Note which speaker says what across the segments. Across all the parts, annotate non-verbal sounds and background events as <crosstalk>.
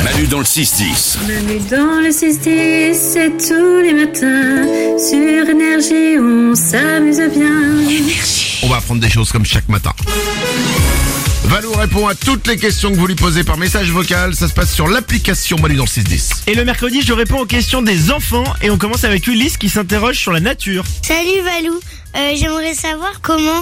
Speaker 1: Bienvenue dans le 6-10.
Speaker 2: Bienvenue dans le 6-10, c'est tous les matins. Sur Énergie, on s'amuse bien.
Speaker 3: On va apprendre des choses comme chaque matin. Valou répond à toutes les questions que vous lui posez par message vocal. Ça se passe sur l'application Manu dans le 610.
Speaker 4: Et le mercredi, je réponds aux questions des enfants et on commence avec Ulysse qui s'interroge sur la nature.
Speaker 5: Salut Valou, Euh, j'aimerais savoir comment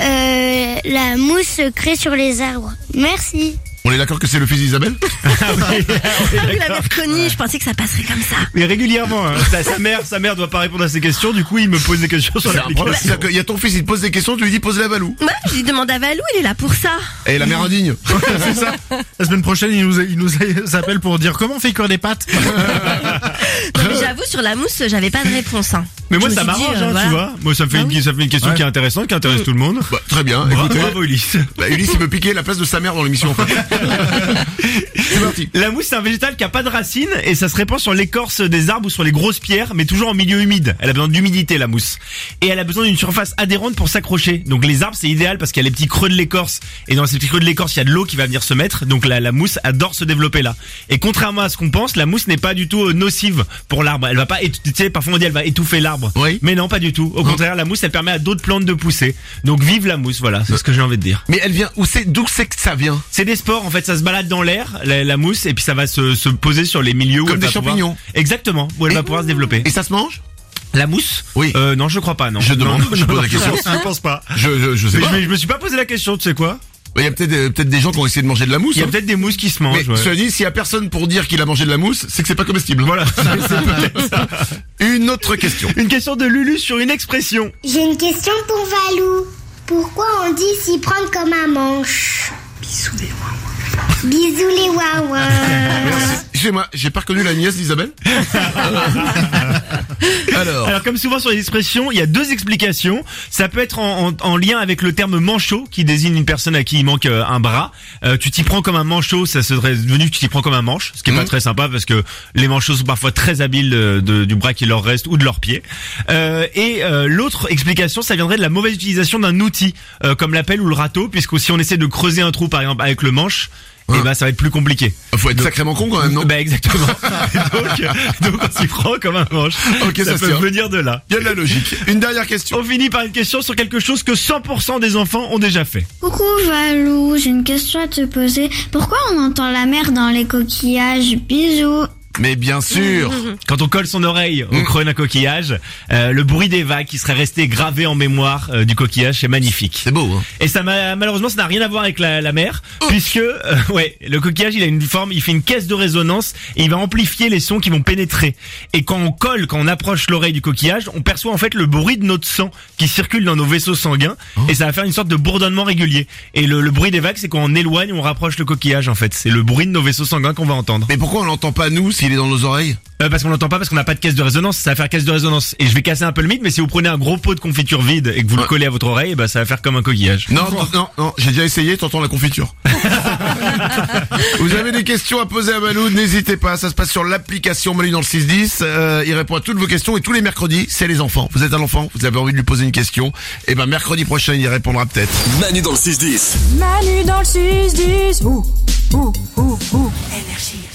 Speaker 5: euh, la mousse se crée sur les arbres. Merci.
Speaker 3: On est d'accord que c'est le fils d'Isabelle
Speaker 6: Je l'avais reconnu, je pensais que ça passerait comme ça.
Speaker 4: <laughs> Mais régulièrement, hein, sa, sa mère, sa mère doit pas répondre à ses questions. Du coup, il me pose des questions <laughs> sur
Speaker 3: C'est un problème.
Speaker 4: l'application. <laughs>
Speaker 3: C'est-à-dire qu'il y a ton fils, il te pose des questions, tu lui dis pose la Valou.
Speaker 6: Moi, Bah, j'ai demandé à Valou, il est là pour ça.
Speaker 3: Et la mère indigne.
Speaker 4: <laughs>
Speaker 3: c'est ça
Speaker 7: La semaine prochaine, il nous, il nous appelle pour dire comment on fait cuire des pâtes.
Speaker 6: Non, mais j'avoue, sur la mousse, j'avais pas de réponse. hein.
Speaker 4: Euh. Mais moi,
Speaker 6: Je me
Speaker 4: ça
Speaker 6: suis dit,
Speaker 4: m'arrange,
Speaker 6: euh,
Speaker 4: hein,
Speaker 6: voilà.
Speaker 4: tu vois. Moi, ça me fait, une, ça me fait une question qui est intéressante, qui intéresse tout le monde.
Speaker 3: Bah, Très bien.
Speaker 4: Bra-
Speaker 3: Écoutez,
Speaker 4: Bravo Ulysse.
Speaker 3: bah, Ulysse, il me piquait la place de sa mère dans l'émission. en fait.
Speaker 4: <laughs>
Speaker 3: c'est parti.
Speaker 4: La mousse, c'est un végétal qui a pas de racines et ça se répand sur l'écorce des arbres ou sur les grosses pierres, mais toujours en milieu humide. Elle a besoin d'humidité, la mousse. Et elle a besoin d'une surface adhérente pour s'accrocher. Donc les arbres, c'est idéal parce qu'il y a les petits creux de l'écorce. Et dans ces petits creux de l'écorce, il y a de l'eau qui va venir se mettre. Donc la, la mousse adore se développer là. Et contrairement à ce qu'on pense, la mousse n'est pas du tout euh, nocive pour l'arbre. Elle va pas, étou- tu sais, parfois on dit elle va étouffer l'arbre.
Speaker 3: Oui.
Speaker 4: Mais non, pas du tout. Au contraire, la mousse, elle permet à d'autres plantes de pousser. Donc vive la mousse, voilà. C'est ce que j'ai envie de dire.
Speaker 3: Mais elle vient, où c'est, d'où c'est que ça vient
Speaker 4: C'est des sports en fait, ça se balade dans l'air, la, la mousse, et puis ça va se, se poser sur les milieux où
Speaker 3: Comme
Speaker 4: elle
Speaker 3: des
Speaker 4: va pouvoir-
Speaker 3: champignons.
Speaker 4: Exactement, où elle
Speaker 3: Et-
Speaker 4: va pouvoir se développer.
Speaker 3: Et ça se mange
Speaker 4: La mousse
Speaker 3: Oui.
Speaker 4: Euh, non, je crois pas, non.
Speaker 3: Je demande,
Speaker 4: Non,
Speaker 3: je
Speaker 4: non,
Speaker 3: pose
Speaker 4: non,
Speaker 3: la question.
Speaker 4: Je ne pense pas.
Speaker 3: je, je, je sais
Speaker 4: Mais
Speaker 3: pas.
Speaker 4: je, me- je me suis pas posé la question, tu sais quoi
Speaker 3: Il y a peut-être euh, peut-être des gens qui ont essayé de manger de la mousse.
Speaker 4: Il y a
Speaker 3: hein.
Speaker 4: peut-être des mousses qui se
Speaker 3: Mais
Speaker 4: mangent. ouais.
Speaker 3: cela dit, s'il y a personne pour dire qu'il a mangé de la mousse, c'est que c'est pas comestible. Voilà. <laughs> Une autre question.
Speaker 4: Une question de Lulu sur une expression.
Speaker 8: J'ai une question pour Valou. Pourquoi on dit s'y prendre comme un manche Bisous les waouh. Bisous les waouh.
Speaker 3: Excusez-moi, j'ai pas reconnu la nièce <laughs> d'Isabelle. Alors,
Speaker 4: Alors comme souvent sur les expressions, il y a deux explications. Ça peut être en, en- en lien avec le terme manchot qui désigne une personne à qui il manque euh, un bras. Euh, tu t'y prends comme un manchot, ça serait devenu tu t'y prends comme un manche, ce qui est pas
Speaker 3: Mhm.
Speaker 4: très sympa parce que les manchots sont parfois très habiles euh, de- du bras qui leur reste ou de leur pied. Euh, et euh, l'autre explication, ça viendrait de la mauvaise utilisation d'un outil euh, comme la pelle ou le râteau, puisque si on essaie de creuser un trou par exemple avec le manche,
Speaker 3: Hein.
Speaker 4: eh ben ça va être plus compliqué.
Speaker 3: faut être sacrément con quand même, non
Speaker 4: Bah exactement. <laughs> donc, donc on s'y prend comme un manche.
Speaker 3: Ok, ça se
Speaker 4: peut
Speaker 3: tient.
Speaker 4: venir de là.
Speaker 3: Il y a de la logique. Une dernière question.
Speaker 4: On finit par une question sur quelque chose que 100% des enfants ont déjà fait.
Speaker 8: <laughs> Coucou Valou, j'ai une question à te poser. Pourquoi on entend la mer dans les coquillages Bisous.
Speaker 3: Mais bien sûr,
Speaker 4: Quand on colle son oreille au creux d'un coquillage, euh, le bruit des vagues qui serait resté gravé en mémoire euh, du coquillage, c'est magnifique.
Speaker 3: c'est beau. Hein.
Speaker 4: Et ça m'a- malheureusement, ça n'a rien à voir avec la, la mer, puisque euh, ouais, le coquillage, il a une forme, il fait une caisse de résonance et il va amplifier les sons qui vont pénétrer. Et quand on colle, quand on approche l'oreille du coquillage, on perçoit en fait le bruit de notre sang qui circule dans nos vaisseaux sanguins et ça va faire une sorte de bourdonnement régulier. Et le, le bruit des vagues, c'est quand on éloigne, on rapproche le coquillage en fait. C'est le bruit de nos vaisseaux sanguins qu'on va entendre.
Speaker 3: Mais pourquoi on l'entend pas nous s'il est dans nos oreilles
Speaker 4: Euh, parce qu'on l'entend pas parce qu'on n'a pas de caisse de résonance, ça va faire caisse de résonance. Et je vais casser un peu le mythe, mais si vous prenez un gros pot de confiture vide et que vous le collez à votre oreille, bah ça va faire comme un coquillage.
Speaker 3: Non, non, non, non, j'ai déjà essayé, t'entends la <laughs> confiture. Vous avez des questions à poser à Malou, n'hésitez pas, ça se passe sur l'application Malou dans le 610. Euh, il répond à toutes vos questions et tous les mercredis, c'est les enfants. Vous êtes un enfant, vous avez envie de lui poser une question, et ben mercredi prochain, il y répondra peut-être.
Speaker 1: Manu dans le 6-10.
Speaker 9: Manu dans le 6-10. Ouh, ouh, ouh, ouh. Énergie.